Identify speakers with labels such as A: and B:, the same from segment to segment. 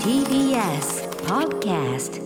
A: TBS Podcast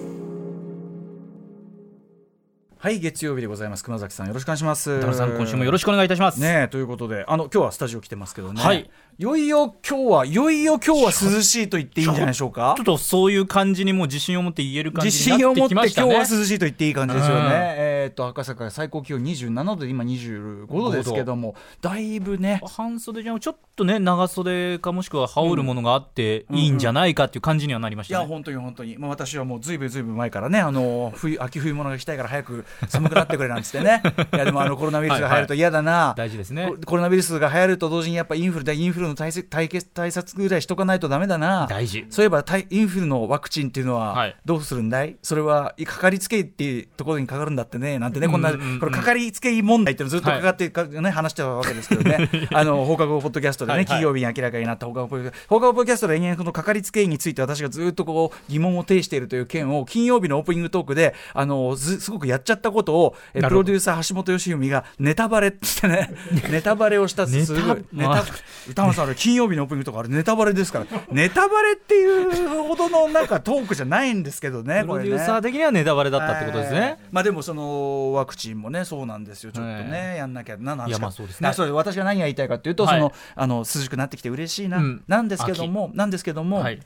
B: はい月曜日でございます熊崎さんよろしくお願いします
C: 田中さん、今週もよろしくお願いいたします。
B: ねえということであの今日はスタジオ来てますけどね、
C: はい、
B: よいよ今日はいよいよ今日は涼しいと言っていいんじゃないでしょうか
C: ちょっとそういう感じにもう自信を持って言える感
B: 自
C: じにな
B: 信を
C: って
B: 持って
C: きま
B: 今
C: し
B: 日
C: た
B: は
C: ね。
B: 涼しいと言っていい感じですよね、
C: うん
B: えーっと赤坂最高気温27度で今25度ですけどもだいぶね
C: 半袖じゃなくちょっとね長袖かもしくは羽織るものがあっていいんじゃないかっていう感じにはなりまし
B: いや
C: たね。
B: 本当に本当に、まあ、私はもうずいぶんずいぶん前からねあの冬秋冬物が着たいから早く寒くなってくれなんつって ねいやでもあのコロナウイルスが流行ると嫌だな、
C: 大事ですね
B: ココロナウイルスが流行ると同時にやっぱインフルでインフルの対策対決対策ぐらいしとかないとダメだな
C: 大事
B: そういえば対インフルのワクチンっていうのは
C: はい
B: どうするんだい、それはかかりつけ医っていうところにかかるんだってねなんてねこんな、
C: うんうんうん
B: これかかりつけ医問題っていうのずっとかかってか、ね、話してたわけですけどね あの放課後ポッドキャストでね、
C: はいはい
B: 企業曜日に明らかになった放課後ポッドキャスト放課後ポッドキャストで延々このかかりつけ医について私がずっとこう疑問を呈しているという件を金曜日のオープニングトークであのずすごくやっちゃったことをえ
C: な
B: プ
C: るほ
B: ロデ
C: ど
B: ューサー橋本良文がネタバレって言 ってねネタバレをしたすごい
C: ネタ
B: ネ
C: ま
B: タ
C: あ
B: 歌丸さんあれ金曜日のオープニングとかあれネタバレですからネタバレっていうほどのなんかトークじゃないんですけどね
C: プ
B: こ
C: ロ
B: れ
C: デ
B: ね
C: ューサー的にはネタバレだったってことです
B: はい
C: ね。
B: まあでもそのワクチンもねそうなんですよちょっとねやんなきゃななん
C: いや
B: か
C: まあそうですね
B: なそれ私が何が言いたいかというとそ
C: はい
B: のあの涼しくなってきて嬉しいな
C: うん
B: なんですけどもなんですけども
C: はい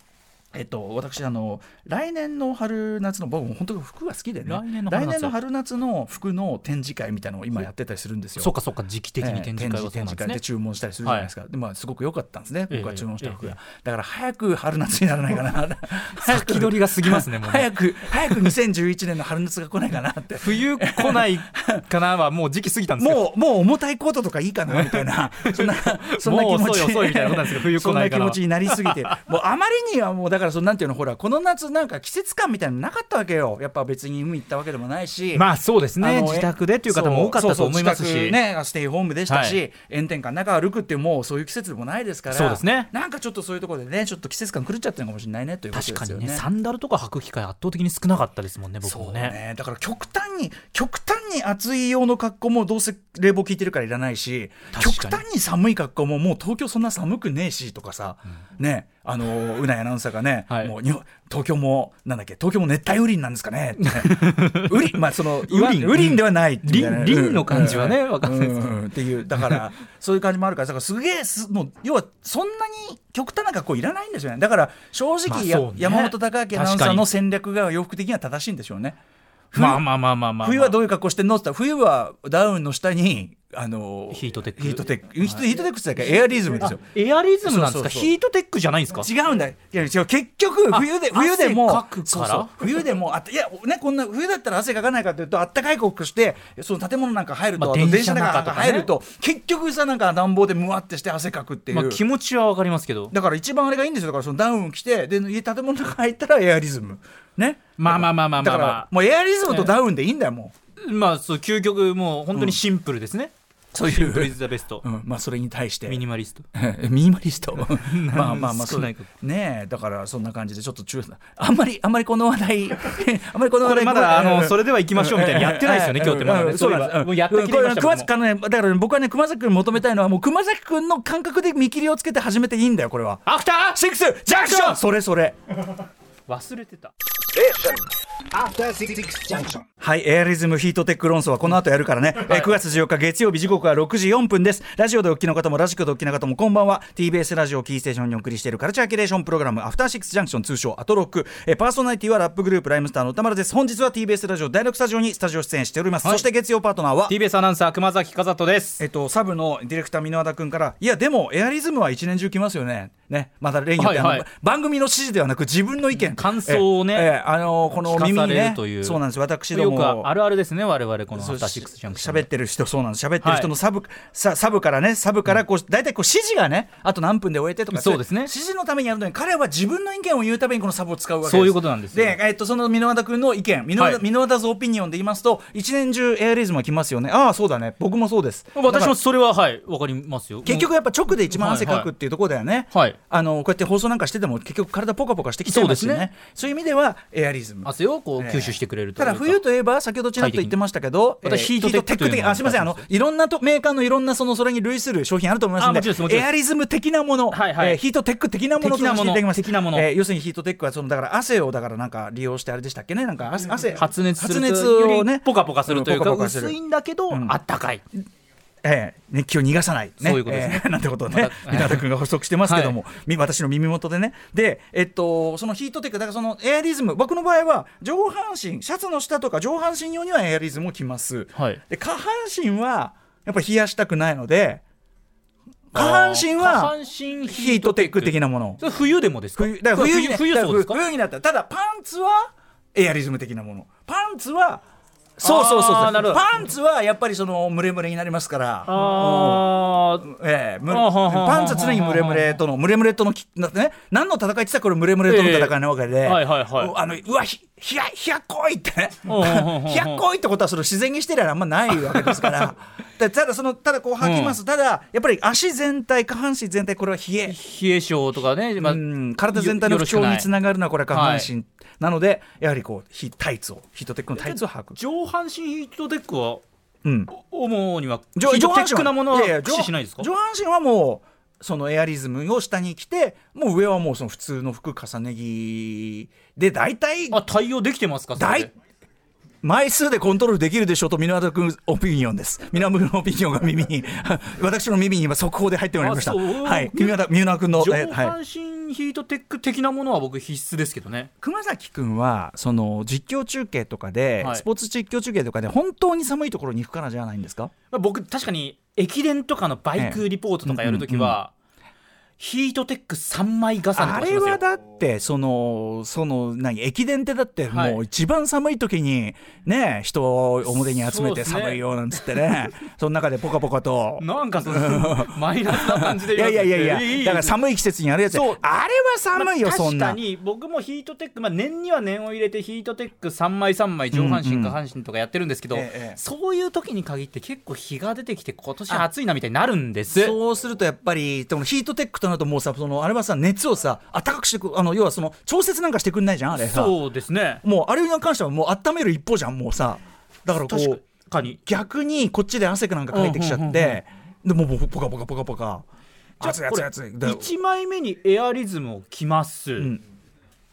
B: えっと私あの来年の春夏の僕も本当に服が好きでね
C: 来年の春
B: 来
C: 夏
B: 年の春夏の服の展示会みたいなのを今やってたりするんですよ
C: そっかそっか時期的に展示
B: え
C: 会
B: え
C: はそう
B: 展
C: なん
B: 示
C: です
B: 会
C: ね
B: で。注文したりするじゃないですか、でまあ、すごく良かったんですね、
C: ええ
B: 僕が注文した服が、
C: え
B: だから早く春夏にならないか な早く
C: 先取りが過ぎますねもうね
B: 早く早く2011年の春夏が来ないかなって
C: 冬来ないかなはもう時期過ぎたんですけど。
B: もうもう重たいコートとかいいかなみたい なそんなそんな気持ち
C: もう遅い遅いみたいなことなんですけど冬来ないから
B: そんな気持ちになりすぎてもうあまりにはもうだからそのなんていうのほらこの夏なんか季節感みたいなのなかったわけよやっぱ別に海行ったわけでもないし
C: まあそうです
B: あ
C: ね
B: の
C: 自宅でっていう方も多かったと思います
B: そうそうそう
C: し。
B: 自宅ね、ステイホームでしたし、
C: は
B: 炎天下の中歩くってもうそういう季節でもないですから
C: そうですね
B: なんかちょっとそういうところでねちょっと季節感狂っちゃってるのかもしれないねということ
C: 確
B: で
C: か
B: すよ
C: に
B: ね
C: ねサンダルとか履く機会圧倒的に少なかったですもんね僕
B: そう
C: も
B: ねだから極端に極端に暑い用の格好もどうせ冷房効いてるからいらないし
C: 確
B: 極
C: かに
B: 端に寒い格好ももう東京そんな寒くねえしとかさ、ねあのうないアナウンサーがね、
C: はい
B: もうにょ東京もなんだっけ東京も熱帯雨林なんですかねって ね雨林まあその
C: 雨林
B: 雨林ではないっていうね
C: 林林の感じはね
B: う
C: わかんないですけど
B: うんうんっていうだからそういう感じもあるからだからすげえすもう要はそんなに極端な格好いらないんですよねだから正直、
C: まあ
B: や
C: そうね
B: 山本貴明アナウン
C: 確
B: サー
C: か
B: の
C: に
B: 戦略が洋服的には正しいんでしょうね。
C: まあまあまあまあまあ。
B: 冬はどういう格好してんのって言ったら冬はダウンの下にあの
C: ヒートテック
B: ヒートテックヒートヒートテックって言ったっけエアリズムですよ
C: エアリズムなんです
B: そうそう
C: か
B: そう
C: ヒートテックじゃないんですか
B: 違うんだよいや違う結局
C: あ
B: 冬で冬でも
C: 汗かくから
B: そうそう冬でもあいやねこんな冬だったら汗かかないかというとあったかい格好してその建物なんか入ると、
C: まあ
B: あと
C: 電車なんか
B: 電車入ると結局さなんか暖房でムワってして汗かくっていう、
C: まあ気持ちはわかりますけど。
B: だから一番あれがいいんですよだからそのダウンを着てで家建物の中入ったらエアリズムね
C: まあまあまあまあ
B: だ
C: まあ
B: か
C: ま
B: ら
C: あ。
B: もうエアリズムとダウンでいいんだよもう。
C: まあそう究極もう本当にシンプルですね。
B: そういう
C: シンプルイズザベスト
B: う。ん、まあそれに対して
C: ミニマリスト。
B: ミニマリス トまあまあまあ
C: 少ないか
B: そうねえだからそんな感じでちょっと中あんまりあんまりこの話題 あんまりこの話
C: これ
B: 題
C: まだあのそれでは行きましょうみたいなやってないですよね今日ってまだ
B: うんう
C: ね。
B: んそうな
C: い
B: ん
C: えば
B: ですうん
C: もうやってきてました
B: これ熊
C: 僕
B: 崎
C: も
B: 君ねだから僕はね熊崎君に求めたいのはもう熊崎君の感覚で見切りをつけて始めていいんだよこれは
C: アフター
B: シックスジャクションそれそれ
C: 忘れてた。
D: After Six Junction.
B: はい、エアリズムヒートテック論争はこの後やるからね、えー9月14日月曜日時刻は6時4分ですラジオでお聞きの方もラジコでお聞きの方もこんばんは TBS ラジオをキーステーションにお送りしているカルチャーキュレーションプログラムアフターシックスジャンクション通称アトロック、えーパーソナリティはラップグループライムスターの歌丸です本日は TBS ラジオ第6スタジオにスタジオ出演しております、
C: はい
B: そして月曜パートナーは
C: TBS アナウンサー熊崎和人です。
B: えっと、サブのディレクター箕輪田君から「いやでもエアリズムは一年中来ますよね」ねまた例によって、
C: はいはい
B: あの番組の指示ではなく自分の意見
C: 感想をね
B: ええええあのこの耳
C: 聞か
B: に
C: され
B: ね
C: るという
B: そうなんです私ど
C: よ
B: も
C: くあるあるですね我々このア
B: そう
C: フターシックスジャンクション
B: 喋っ
C: で。
B: てる人そうなんです喋ってる人のサブ、さサブからねサブからこう大体こう指示がねあと何分で終えてとか
C: そうですね
B: 指示のためにやるのに彼は自分の意見を言うためにこのサブを使うわけです
C: そういうことなんですよ
B: で、えっと、その箕輪田君の意見箕輪
C: はい
B: 田箕輪田ズオピニオンで言いますと一年中エアリズムは来ますよねああそうだね僕もそうです
C: 私もそれははいわかりますよ。
B: 結局やっぱ直で一番汗かくっていうところだよね、
C: はいはい
B: あのこうやって放送なんかしてても結局体ポカポカしてきちゃいますしね
C: そうです
B: そういう意味ではエアリズム。
C: 汗をこう吸収してくれるとい
B: た
C: うか
B: だ冬といえば先ほどちらっと言ってましたけど、
C: 快適に
B: えーヒートテック
C: ヒートテックというの
B: 的
C: が
B: あすみませんあのいろんなとメーカーのいろんなそのそれに類する商品あると思います
C: あもちろんです
B: の
C: も
B: で
C: ち
B: エ
C: ろんです
B: アリズム的なもの、
C: はいはい
B: えーヒートテック的なものと
C: 的
B: さ
C: なも
B: せて
C: の
B: いただきます
C: 的なもの
B: えー要するにヒートテックはそのだから汗をだからなんか利用してあれでしたっけねなんか汗汗
C: 発熱すると
B: 発熱を
C: よ
B: ね
C: りポカポカするというか、
B: んポカポカする
C: 薄いんだけど、
B: うん
C: あったかい
B: ええ熱気を逃がさない、ね、
C: そういうことですね
B: ええ なんてことをね、三田君が補足してますけども、み私の耳元でね、で、えっと、そのヒートテック、だからそのエアリズム、僕の場合は、上半身、シャツの下とか上半身用にはエアリズムを着ます、
C: はい
B: で下半身はやっぱ冷やしたくないので、下半身
C: 下
B: は
C: 半身
B: ヒートテック的なもの
C: そ、れ冬でもですか
B: 冬だから冬に
C: 冬冬そうですか
B: だから冬になったら、ただパンツはエアリズム的なもの、パンツは、そうそうそう
C: あ
B: そ
C: ーなる
B: う、
C: ほど
B: パンツはやっぱりそのムレムレになりますから。
C: あー
B: ええむ
C: あはあはあはあ
B: パンツは常にムレムレとのムレムレとのきなね何の戦いって言ったらこれムレムレとの戦いなわけで、
C: ええはいはいはいう
B: あのうわひひやひやっこいってね
C: おうおうおうおう
B: ひやっこいってことはそれ自然にしてりゃあんまないわけですから でただそのただこう履きます、ただやっぱり足全体下半身全体これは冷え、
C: 冷え性とかね、まあ
B: うん、体全体の不調につながるのはこれは下半身、なのでやはりこうひタイツをヒートテックのタイツを履く。
C: 上半身ヒートテックは
B: うん
C: 主にはヒ
B: 上
C: ー
B: 上
C: トテ
B: 半
C: ッ
B: 身
C: クなものはい
B: やや
C: 駆使しないですか
B: 上上半身はもうそのエアリズムを下に着てもう上はもうその普通の服重ね着で大体
C: あ対応できてますかそれ
B: 大
C: で
B: 枚数でコントロールできるでしょうと源君オピニオンです源君のオピニオンが耳に 私の耳に今速報で入ってまいりました
C: あそう
B: はい源源君のえ
C: 上
B: はい
C: 半身ヒートテック的なものは僕必須ですけどね
B: 熊崎君はその実況中継とかで、
C: はい
B: スポーツ実況中継とかで本当に寒いところに行くからじゃないんですか
C: まあ僕確かに駅伝とかのバイクリポートとかやるときは、ヒートテック3枚重ねとかし
B: あ
C: ます
B: れ
C: よ
B: はだってそのその何駅伝ってだって
C: はい
B: もう一番寒い時にね人を表に集め
C: そう
B: て
C: ですね
B: 寒いよなんつって ねその中でポカポカと。
C: なんかその マイナスな感じで
B: いやいやいや
C: 言
B: いや
C: う
B: だ
C: と
B: から寒い季節にやるやつあれ
C: そ
B: は
C: う
B: 寒いよ
C: まあ
B: そんな
C: 確かに僕もヒートテック、まあ、念には念を入れてヒートテック3枚3枚上半
B: うんう
C: 身
B: ん
C: 下半身とかやってるんですけど、
B: ええええ
C: そういう時に限って結構日が出てきて今年暑いなみたいになるんです
B: そうするとやっぱりでもヒートテックとなるともうさそのあれはさ熱をさ暖かくしてくあの要はその調節なんかしてくんないじゃんあれさ
C: そうですね
B: もうあれに関してはもう温める一方じゃんもうさだからこう
C: 確かに
B: 逆にこっちで汗かなんかかいてきちゃって、でもうもうポカポカポカポカ熱い
C: こ
B: 熱い
C: れ
B: 熱いだ
C: 1枚目にエアリズムを着ます、
B: ん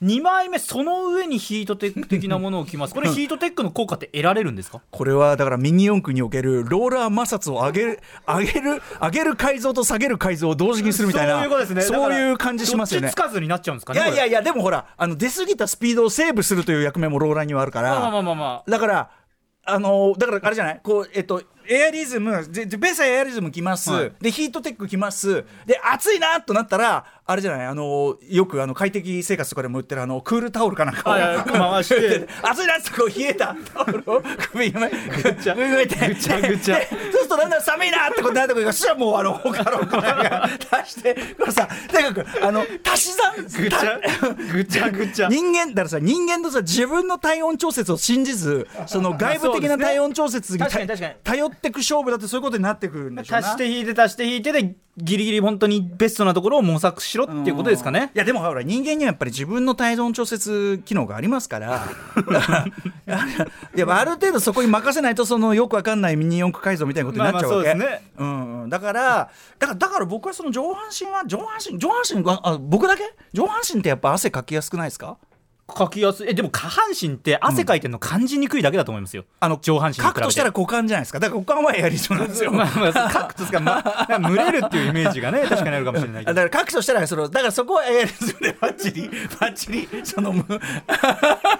C: 2枚目その上にヒートテック的なものを着ますこれヒートテックの効果って得られるんですか
B: これはだからミニ四駆におけるローラー摩擦を上げる上げる上げる改造と下げる改造を同時にするみたいな
C: そういうことですね
B: そういう感じしますよ
C: どっ
B: ね
C: ちつかずになっちゃうんですか
B: いやい
C: ね
B: や
C: こ
B: いやでもほらあの出過ぎたスピードをセーブするという役目もローラーにはあるから、
C: れまあまあまあま
B: だから、あのーだからあれじゃないこう、えっと、エアリズム、ででベースはエアリズム来ます、
C: はい
B: で、ヒートテック来ます、で、暑いなとなったら、あれじゃない、あのーよくあの快適生活とかでも売ってるあのクールタオルかなんかを、
C: は いはい回して
B: 暑いなってこう冷えたタオルを首にぐっ
C: ちゃ
B: ぐいて、
C: ぐちゃぐちゃ
B: ででそうするとだんだん寒いなってことになるとこが、そしたらもう、あの、ほ かの子が出して、これさ、とにかく、あの、足し算、
C: あぐちゃ ぐちゃぐちゃ
B: 人間だからさ人間とさ自分の体温調節を信じずその外部的な体温調節にた
C: 確かに確かに
B: 頼ってく勝負だってそういうことになってくるんでしょうな
C: 足して引いて足して引いてでギリギリ本当にベストなところを模索しろっていうことですかね
B: いやでもほら人間にはやっぱり自分の体温調節機能があります から だからやっぱある程度そこに任せないとそのよくわかんないミニ四駆改造みたいなことになっちゃうわけ、
C: まあまあそうですね
B: うんうん、だからだからだから僕はその上半身は上半身上半身はあ僕だけ上半身ってやっぱ汗かきやすくないですか
C: 書きやすいえでも下半身って汗かいてるの感じにくいだけだと思いますよ、
B: あの
C: 上半身に
B: 書
C: 比べ
B: く
C: て
B: としたら股間じゃないですかだから股間はエアリズムなんですよ
C: まあまあ書くとですか、ま、蒸れるっていうイメージが ね確かにあるかもしれないけ
B: あ
C: ど
B: だから書くとしたらそのだから そこはエアリズムでバッチリバッチリそのむ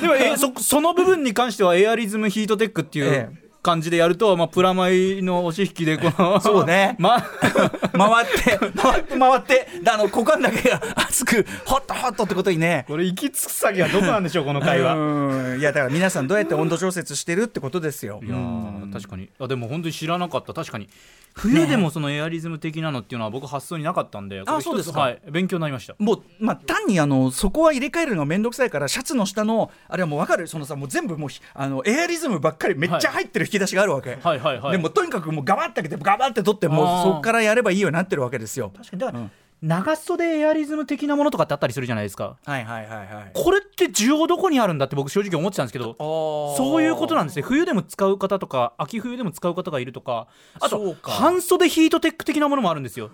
C: でもえそその部分に関してはエアリズムヒートテックっていう
B: え
C: 感じでやると、まあ、プラマイの押し引きでこの
B: そうね
C: ま、
B: 回って回って回ってだあの股間だけが 熱くホットホットってことにね
C: これ行き着く先はどこなんでしょう この会
B: う
C: 話。
B: ーんいやだから皆さんどうやって温度調節してるってことですよ
C: いやー確かにあでも本当に知らなかった確かに冬でもそのエアリズム的なのっていうのは僕発想になかったんでこれ一つ
B: そうですか
C: はい、勉強になりました
B: もう、まあ、単にあのそこは入れ替えるのが面倒くさいからシャツの下のあれはもう分かるそのさもう全部もうひあのエアリズムばっかりめっちゃ入ってる引き出しがあるわけ、
C: はいはいはい
B: でもとにかくもうガバッて開けてガバッて取ってもう
C: あー
B: そこからやればいいようになってるわけですよ
C: 確かにだから、長袖エアリズム的なものとかってあったりするじゃないですか
B: はいはいはいはい
C: これって需要どこにあるんだって僕正直思ってたんですけど
B: そ
C: そういうことなんですね冬でも使う方とか秋冬でも使う方がいるとかあ
B: そう
C: と
B: か
C: 半袖ヒートテック的なものもあるん ですよ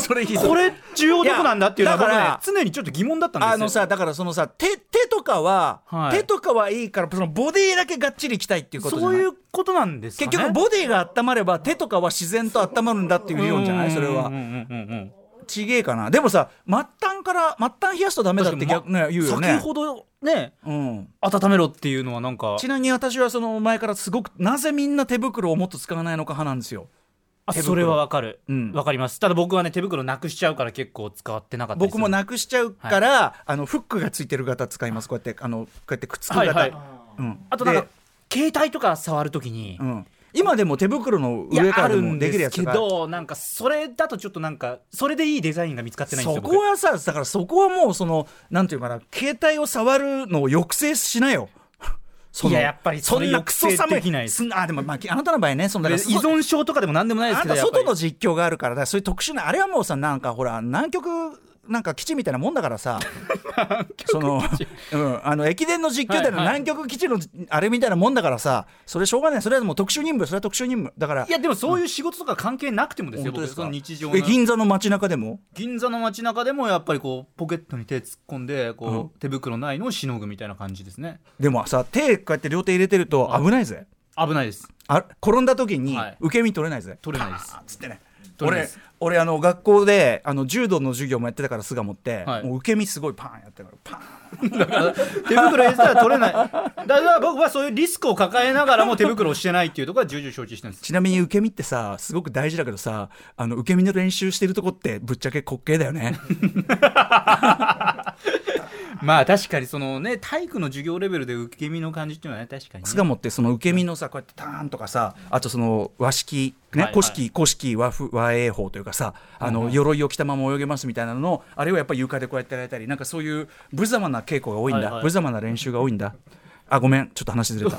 B: それ
C: これ需要どこなんだっていうのは僕
B: いやだ
C: ね
B: か
C: 常にちょっと疑問だったんですよ
B: あのさだからそのさ手手とかは、
C: はい
B: 手とかはいいからそのボディだけがっちりきたいっていうことじゃ
C: そ
B: な
C: う
B: い
C: いうことなんですかね
B: 結局ボディが温まれば手とかは自然と温まるんだっていう理論じゃないそれ
C: うん
B: は
C: うんうんうんうん
B: ちげえかなでもさ末端から末端冷やすとダメだって逆、
C: 確かに
B: ね、言うよね
C: 先ほどね
B: うん、
C: 温めろっていうのはなんか
B: ちなみに私はその前からすごくなぜみんな手袋をもっと使わないのか派なんですよ
C: あ
B: 手袋
C: それはわかる、
B: う
C: わ
B: ん
C: かりますただ僕はね手袋なくしちゃうから結構使ってなかったりす
B: 僕
C: る
B: もなくしちゃうから、あのフックがついてる型使いますこうやってあのこうやってくっつく型、
C: はいはい
B: うん、
C: あとなんか
B: で
C: 携帯とか触るときに、
B: うん、今でも手袋の
C: いや
B: 上からで
C: あ
B: も
C: ん
B: できる
C: で
B: や
C: す
B: つ
C: け
B: が
C: どなんかそれだとちょっとなんかそれでいいデザインが見つかってないんです
B: そ
C: よ
B: こはさだからそこはもうそのなんていうかな携帯を触るのを抑制しなよ その
C: いややっぱり
B: そんなクソ
C: それ抑制
B: 寒
C: できない
B: いすんあでも、まあ、あなたの場合ねそのだ
C: 僕
B: か
C: で
B: ら
C: 依存症とかでもなんでもないです
B: あ
C: け
B: ん
C: ど
B: た外
C: やっぱ
B: の
C: り
B: 実況があるからだからそういう特殊なあれはもうさなんかほら南極なんか基地みたいなもんだから さその、うん、あの駅伝の実況ってのは
C: はいはい
B: 南極基地のあれみたいなもんだからさそれしょうがないそれはもう特殊任務それは特殊任務だから
C: いやでもそういう仕事とか関係なくてもです
B: 本
C: よ、
B: 当
C: 僕
B: です
C: そ
B: か
C: の日常の
B: え銀座の街中でも
C: 銀座の街中でもやっぱりこうポケットに手突っ込んでこう、
B: うん
C: 手袋ないのをしのぐみたいな感じですね
B: でもさ手こうやって両手入れてると危ないぜ、
C: 危ない です
B: あ転んだ時に
C: はい
B: 受け身取れないぜ、
C: 取れないです
B: あつってね
C: 取れな
B: 俺
C: いです
B: 俺あの学校であの柔道の授業もやってたから巣持って、
C: はい
B: もう受け身すごいパーンやってからパーン
C: 手袋入れてたら取れないだから僕はそういうリスクを抱えながらも手袋をしてないっていうところは重々承知してるんです
B: ちなみに受け身ってさすごく大事だけどさあの受け身の練習してるとこってぶっちゃけ滑稽だよね
C: まあ確かにそのね体育の授業レベルで受け身の感じっていうのはね確かにね、
B: 巣鴨ってその受け身のさこうやってターンとかさあとその和式ね、
C: はいはい
B: 古式古式和風和英法というかさあの鎧を着たまま泳げますみたいなののあれをやっぱり床でこうやってやられたりなんかそういう無様な稽古が多いんだ、
C: はいはい
B: 無様な練習が多いんだあごめんちょっと話ず れた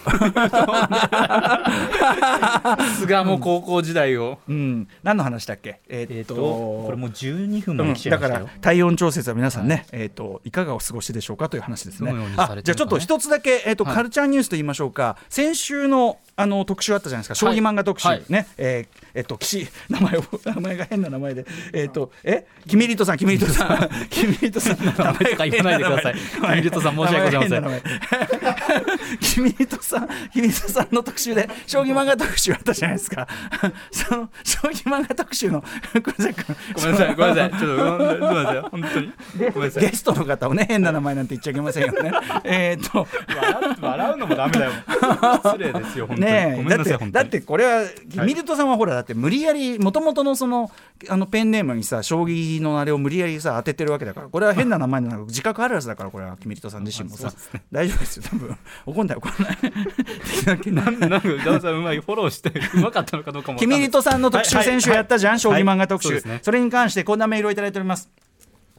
C: 菅も高校時代を、
B: うん、何の話だっけ、え
C: え
B: ー
C: っ
B: っと
C: とこれもう12分
B: う
C: の
B: ん
C: 歴史や
B: だ
C: り
B: か
C: ましたよ、
B: ら体温調節は皆さんね、いえーっといかがお過ごしでしょうかという話ですね。
C: どのようにさ
B: あ
C: れ
B: じ
C: て
B: ゃ
C: るのかね
B: あちょっと一つだけ、えーっと
C: はい
B: カルチャーニュースと言いましょうか先週のあの特集あったじゃないですか将
C: はい
B: 棋漫画特集、
C: はい
B: ねえーえーっと岸名前を 名前が変な名前でえーっとえキミリトさんキミリトさ んキミリトさん名
C: 名前とか言わないでくださいキミリトさん申し訳ございません
B: ん。 キミリトさん、キミリトさんの特集で、将棋漫画特集あったじゃないですか。 その、将棋漫画特集の、 黒崎君
C: ごめんなさいごめんなさいちょっとごめんなさい本当にごめんなさ
B: ゲ
C: い
B: ストの方をね、変な名前なんて言っちゃいけませんよ ね。えーっと、
C: 笑う笑うのもダメだよ失礼ですよ本当に、
B: ね
C: ご
B: え
C: めん
B: だ
C: な
B: っ
C: さい
B: て
C: 本当
B: だ
C: に
B: ってこれはミルトさんはほらだって無理やりもともとのそのあのペンネームにさ将棋のあれを無理やりさ当ててるわけだからこれは変な名前のなんか自覚あるはずだからこれはミルトさん自身もさ、大丈夫ですよ多分怒んない怒んない
C: なんか宇田さんうまいフォローしてうまかったのかどうかもわか
B: キ
C: んな
B: ミ
C: い
B: リトさんの特集
C: はいはい
B: 先週やったじゃん、
C: はい
B: 将棋漫画特集、
C: はいそう
B: そ
C: ですね
B: れに関してこんなメールをいただいております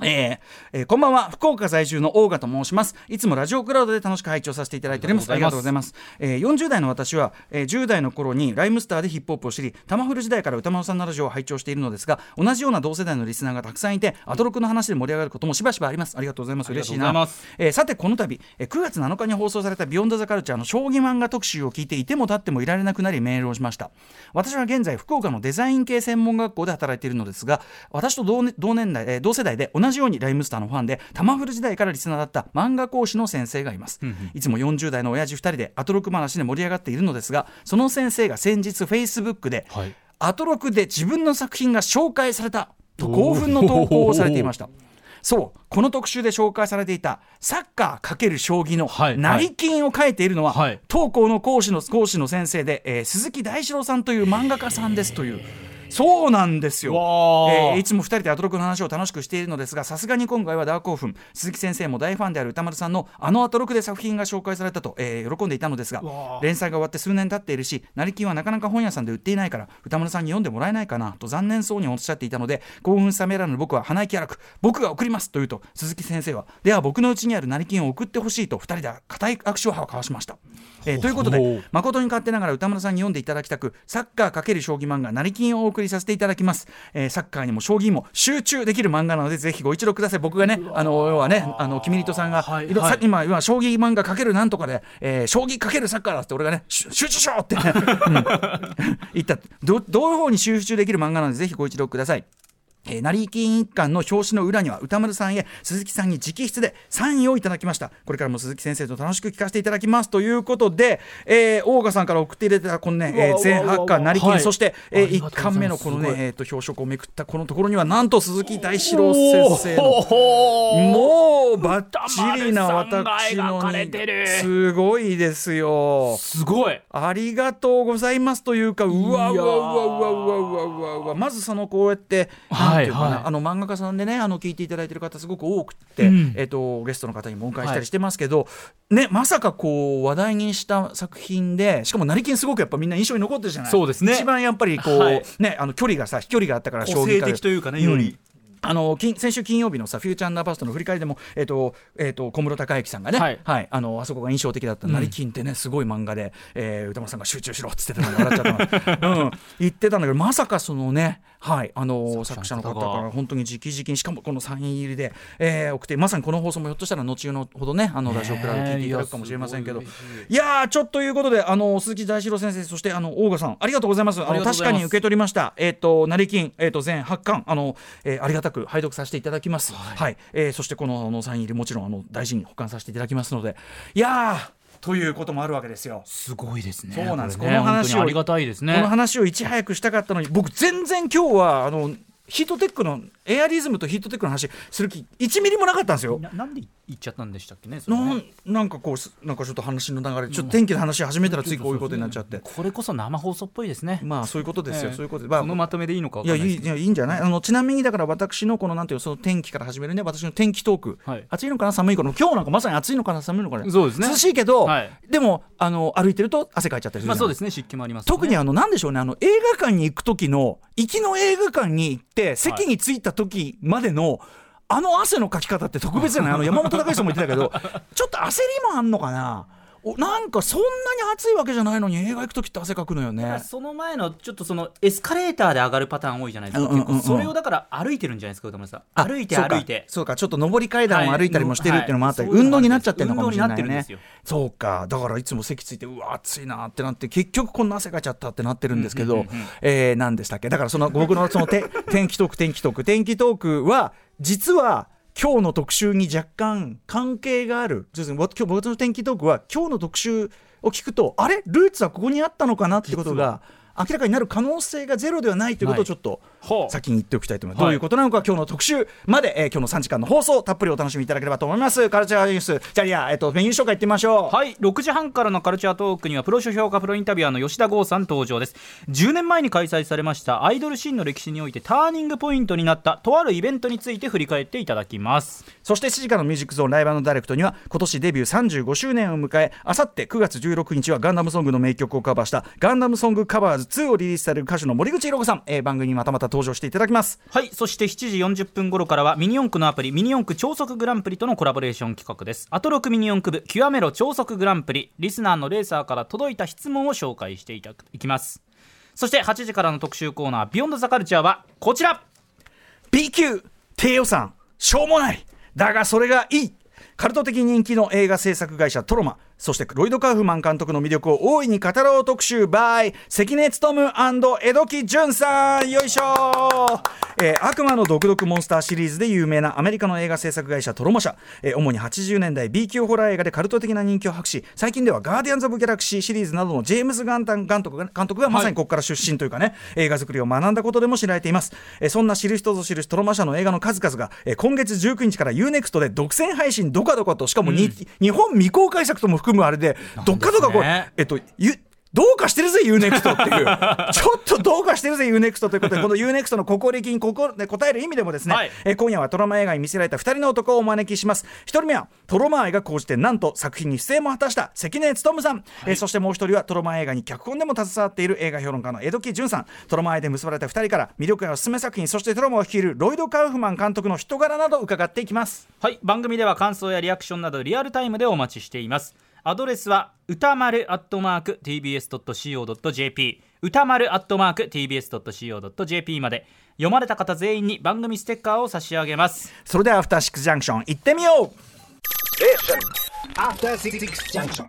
B: えーえーこんばんは福岡在住のオーガと申しますいつもラジオクラウドで楽しく拝聴させていただいておりますあ
C: あ
B: り
C: り
B: が
C: が
B: と
C: と
B: うござ
C: うござ
B: い
C: い
B: ます、えー40代の私は、えー10代の頃にライムスターでヒップホップを知りタマフル時代から歌丸さんのラジオを拝聴しているのですが同じような同世代のリスナーがたくさんいてアトロクの話で盛り上がることもしばしばありますありがとうございます
C: ありが
B: 嬉し
C: とう
B: い
C: ございま
B: な
C: す
B: えーさてこの度、えー9月7日に放送された「ビヨンド・ザ・カルチャー」の将棋漫画特集を聞いていても立ってもいられなくなりメールをしました私は現在福岡のデザイン系専門学校で働いているのですが私と同,、同年代、えー同世代で同じようにライムスターのファンでタマフル時代からリスナーだった漫画講師の先生がいます、いつも40代の親父2人でアトロク話で盛り上がっているのですがその先生が先日フェイスブックで、
C: はい
B: アトロクで自分の作品が紹介されたと興奮の投稿をされていましたそうこの特集で紹介されていたサッカー×将棋の
C: はい
B: 成金を書いているのは、
C: はい
B: 当校の講師の講師の先生で、えー鈴木大志郎さんという漫画家さんですという。そうなんですよ、え
C: わー
B: ーいつも2人でアトロクの話を楽しくしているのですがさすがに今回は大興奮鈴木先生も大ファンである歌丸さんのあのアトロクで作品が紹介されたと、えー喜んでいたのですが連載が終わって数年経っているし成金はなかなか本屋さんで売っていないから歌丸さんに読んでもらえないかなと残念そうにおっしゃっていたので興奮冷めやらぬ僕は鼻息荒く僕が送りますと言うと鈴木先生はでは僕のうちにある成金を送ってほしいと2人で固い握手を交わしました、えーということ
C: ほう
B: で誠に勝手ながら歌丸さんに読んでいただきたくサッカー×将棋漫画成金をお送り送りさせていただきます、えーサッカーにも将棋にも集中できる漫画なのでぜひご一読ください僕がねあの要はねあのキミリトさんが、
C: はい
B: いろ
C: はい
B: さ今今将棋漫画かけるなんとかで、えー将棋かけるサッカーだって俺がね集集中しようって、ねうん言ったどどういう方に集中できる漫画なのでぜひご一読くださいえー、成り金一巻の表紙の裏には歌丸さんへ鈴木さんに直筆でサインをいただきましたこれからも鈴木先生と楽しく聞かせていただきますということで、えー、大賀さんから送っていただいたこのね、えー、全8巻成り金、
C: はい
B: そして、え
C: あ
B: 1
C: りがとうございます
B: 巻目のこのね
C: すごい
B: えー、と表色をめくったこのところにはなんと鈴木大志郎先生のもうバッチリな私の
C: 歌丸さんが描かれてる
B: すごいですよ
C: すごい
B: ありがとうございますというか、うわうわ
C: いう
B: わうわう
C: やー
B: わうわうわうわ、まずそのこうやって、
C: はい
B: なんていうのかな
C: はい
B: あの漫画家さんでね、あの聞いていただいてる方すごく多くって、
C: うん
B: えっとゲストの方にもお迎えしたりしてますけど、ねまさかこう話題にした作品で、しかも成金すごくやっぱみんな印象に残ってるじゃない。
C: そうですね
B: 一番やっぱりこう、
C: はい
B: ねあの距離がさ飛距離があったから
C: 個性的というかねより、
B: あの金先週金曜日のさ「フューチャーナーバスト」の振り返りでも、えっとえっと小室孝之さんがね、は
C: はいい
B: あのあそこが印象的だった「なりきん」ってねすごい漫画で、えー歌丸さんが「集中しろ」っつってたのに笑っちゃったの、うん、 言ってたんだけどまさかそのね、はい、あの作
C: 作
B: 者
C: 者
B: の
C: の
B: 方
C: 方が
B: から本当に直々にしかもこのサイン入りで、えー送ってまさにこの放送もひょっとしたら後のほどねあのラジオクラウド聞いていただくかもしれませんけど、
C: ねえいやすごい嬉し
B: いやーちょっということであの鈴木大志郎先生そしてあの大賀さんありがとうございますあの
C: ありがとうご
B: 確
C: ざいます
B: かに受け取りましたえっ、と成金えっ、と全8巻あの、えーありがたく拝読させていただきますはい、えーそしてこのあのサイン入りもちろんあの大事に保管させていただきますのでいやーということもあるわけですよ
C: すごいですね
B: そうなんです
C: れね
B: この話を
C: 本当にありがたいですね
B: この話をいち早くしたかったのに僕全然今日はあのヒートテックのエアリズムとヒートテックの話する気1ミリもなかったんですよ
C: ななんで言っちゃったんでしたっけねそれね
B: なんなんかこうすなんかちょっと話の流れちょっと天気の話始めたら次こういうことになっちゃって
C: これこそ生放送っぽいですね、
B: まあそういうことですよ、
C: ええ
B: そういうことで、
C: このまとめでいいのかわ
B: い
C: か
B: や
C: ん
B: い
C: ない
B: い
C: ですけど
B: いやいいんじゃないあのちなみにだから私のこのなんていうのその天気から始めるね私の天気トーク、
C: はい
B: 暑いのかな寒いのかな今日なんかまさに暑いのかな寒いのかな
C: そうですね
B: 涼しいけど、
C: はい
B: でもあの歩いてると汗かいちゃったりするじゃない
C: まあそうですね湿気もあります、ね、
B: 特にあのなんでしょうねあの映画館に行く時の行きの映画館に行って席に着いた時までの、あの汗のかき方って特別じゃ ないあの山本隆さんも言ってたけどちょっと焦りもあんのかなおなんかそんなに暑いわけじゃないのに映画行く時って汗かくのよね
C: その前のちょっとそのエスカレーターで上がるパターン多いじゃないですか、
B: うんうんうんうん
C: 結構それをだから歩いてるんじゃないですか歌丸さん
B: あ
C: 歩いて
B: そうか
C: 歩いて
B: そうかちょっと上り階段を
C: はい
B: 歩いたりもしてるっていうのもあったり、
C: はいそういう
B: 運
C: のも
B: 動に
C: あるんです
B: なっちゃってるのかもしれないよ
C: 運動にな
B: ね
C: ってるんで
B: そうかだからいつも席ついてうわ暑いなってなって結局こんな汗かいちゃったってなってるんですけど、えー何でしたっけだからその僕のそのて 天気トーク天気トーク天気トークは実は今日の特集に若干関係がある要するに僕今日僕の天気トークは今日の特集を聞くとあれルーツはここにあったのかなってことが明らかになる可能性がゼロではないということをちょっと
C: ほう
B: 先に言っておきたいと思います。ど
C: はい
B: ういうことなのか、今日の特集まで、えー今日の3時間の放送、たっぷりお楽しみいただければと思います。カルチャーニュース、じゃあ、いや、えっ、と、メニュー紹介いってみましょう。
C: はい6時半からのカルチャートークにはプロ書評価プロインタビュアーの吉田剛さん登場です10年前に開催されましたアイドルシーンの歴史においてターニングポイントになったとあるイベントについて振り返っていただきます
B: そして7時からのミュージックゾーンライブダイレクトには今年デビュー35周年を迎えあさって9月16日はガンダムソングの名曲をカバーしたガンダムソングカバーズ2をリリースされる歌手の森口博子さん、えー番組にまたまた登場していただきます
C: はいそして7時40分頃からはミニ四駆のアプリミニ四駆超速グランプリとのコラボレーション企画ですアトロクミニ四駆部極めろ超速グランプリリスナーのレーサーから届いた質問を紹介していただくいきますそして8時からの特集コーナー「ビヨンドザカルチャーはこちら
B: B 級低予算しょうもないだがそれがいいカルト的人気の映画制作会社トロマそしてロイド・カーフマン監督の魅力を大いに語ろう特集 by 関根勤江戸木淳さんよいしょ、えー悪魔の毒々モンスターシリーズで有名なアメリカの映画制作会社トロマ社、えー主に80年代 B 級ホラー映画でカルト的な人気を博し最近ではガーディアンズ・オブ・ギャラクシーシリーズなどのジェームズ・ガンタン監督が監督がまさにここから出身というかね、映画作りを学んだことでも知られています、えーそんな知る人ぞ知るトロマ社の映画の数々が、えー今月19日から UNEXT で独占配信ドカドカとしかもに、日本未公開作とも含むあれでどっかどかこれえっとゆどうかしてるぜ UNEXT っていうちょっとどうかしてるぜ UNEXT ということでこの UNEXT の心力にここで答える意味でもですね、
C: はい
B: えー今夜はトラマ映画に見せられた2人の男をお招きします1人目はトロマ愛が講じてなんと作品に出演も果たした関根勤さん、えーそしてもう1人はトロマ映画に脚本でも携わっている映画評論家の江戸木淳さんトロマ愛で結ばれた2人から魅力やおすすめ作品そしてトロマを率いるロイド・カウフマン監督の人柄など伺っていきます
C: はい番組では感想やリアクションなどリアルタイムでお待ちしていますアドレスは歌丸アットマーク TBS.CO.JP 歌丸アットマーク TBS.CO.JP まで読まれた方全員に番組ステッカーを差し上げます
B: それではアフターシックスジャンクション行ってみよう
D: After Six Junction.